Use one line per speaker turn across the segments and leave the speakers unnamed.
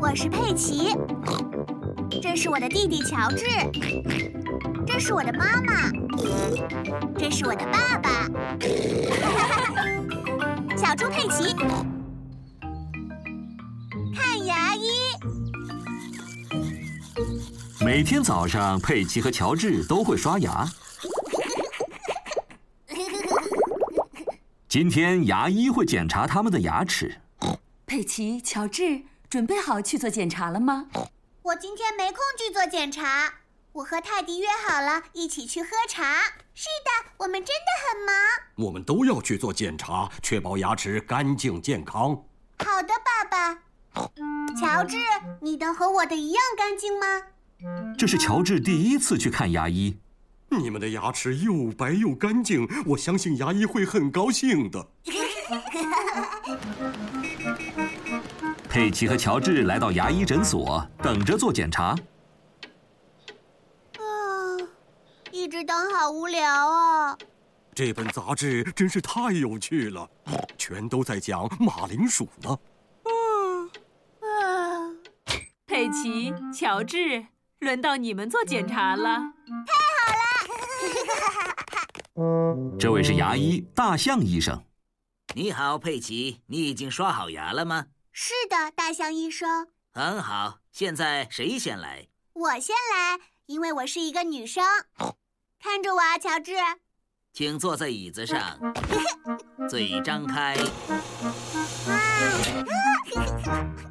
我是佩奇，这是我的弟弟乔治，这是我的妈妈，这是我的爸爸。 小猪佩奇，看牙医。
每天早上，佩奇和乔治都会刷牙。今天牙医会检查他们的牙齿。
佩奇、乔治，准备好去做检查了吗？
我今天没空去做检查，我和泰迪约好了一起去喝茶。是的，我们真的很忙。
我们都要去做检查，确保牙齿干净健康。
好的，爸爸。乔治，你的和我的一样干净吗？
这是乔治第一次去看牙医。
你们的牙齿又白又干净，我相信牙医会很高兴的。
佩奇和乔治来到牙医诊所，等着做检查。
啊，一直等好无聊啊！
这本杂志真是太有趣了，全都在讲马铃薯呢。
啊，
佩奇、乔治，轮到你们做检查了。
这位是牙医大象医生。
你好，佩奇，你已经刷好牙了吗？
是的，大象医生，
很好，现在谁先来？
我先来，因为我是一个女生。看着我啊，乔治。
请坐在椅子上，嘴张开，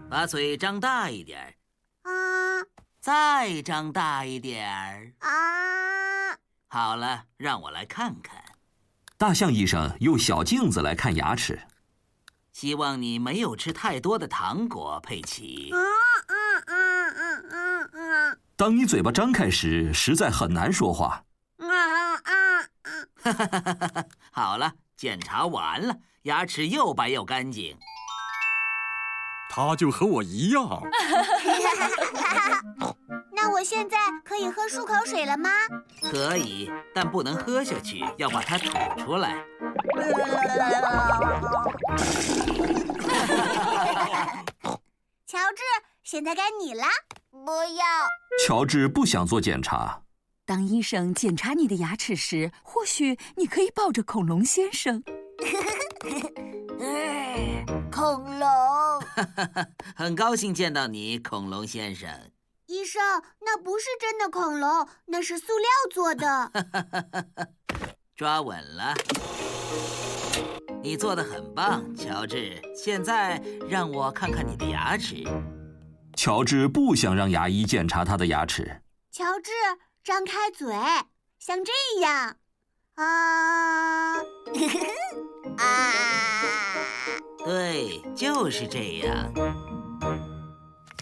把嘴张大一点儿，
啊
再张大一点儿。
啊啊！
好了，让我来看看。
大象医生用小镜子来看牙齿。
希望你没有吃太多的糖果，佩奇。
嗯嗯嗯嗯嗯
当你嘴巴张开时，实在很难说话。
嗯嗯嗯。
好了，检查完了，牙齿又白又干净。
他就和我一样，
那我现在可以喝漱口水了吗？
可以，但不能喝下去，要把它吐出来。
乔治，现在该你啦。不要。
乔治不想做检查。
当医生检查你的牙齿时，或许你可以抱着恐龙先生。
恐龙。
很高兴见到你，恐龙先生。
医生，那不是真的恐龙，那是塑料做 的。
抓稳了，你做的很棒，乔治。现在让我看看你的牙齿。
乔治不想让牙医检查他的牙齿。
乔治，张开嘴，像这样，啊， 啊，
对，就是这样。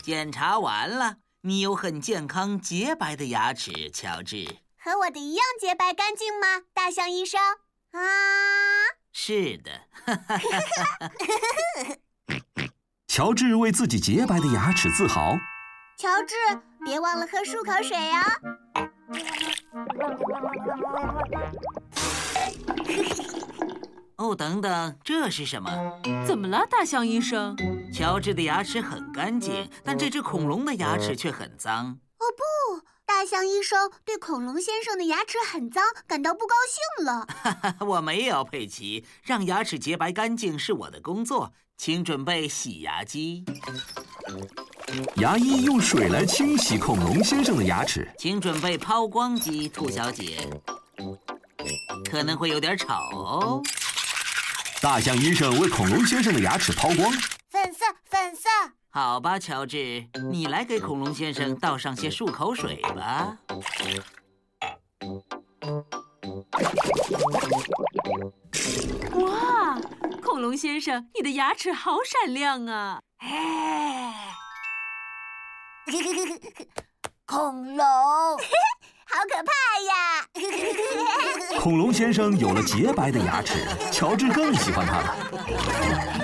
检查完了，你有很健康洁白的牙齿，乔治。
和我的一样洁白干净吗？大象医生，啊，
是的，
乔治为自己洁白的牙齿自豪。
乔治，别忘了喝漱口水哦。
哦，等等，这是什么？
怎么了，大象医生？
乔治的牙齿很干净，但这只恐龙的牙齿却很脏。
大象医生对恐龙先生的牙齿很脏感到不高兴了。
我没有，佩奇。让牙齿洁白干净是我的工作，请准备洗牙机，
牙医用水来清洗恐龙先生的牙齿。
请准备抛光机，兔小姐。可能会有点吵哦。
大象医生为恐龙先生的牙齿抛光。
粉色，粉色，
好吧，乔治，你来给恐龙先生倒上些漱口水吧。
哇，恐龙先生，你的牙齿好闪亮啊！哎
恐龙， 好可怕呀！
恐龙先生有了洁白的牙齿，乔治更喜欢他了。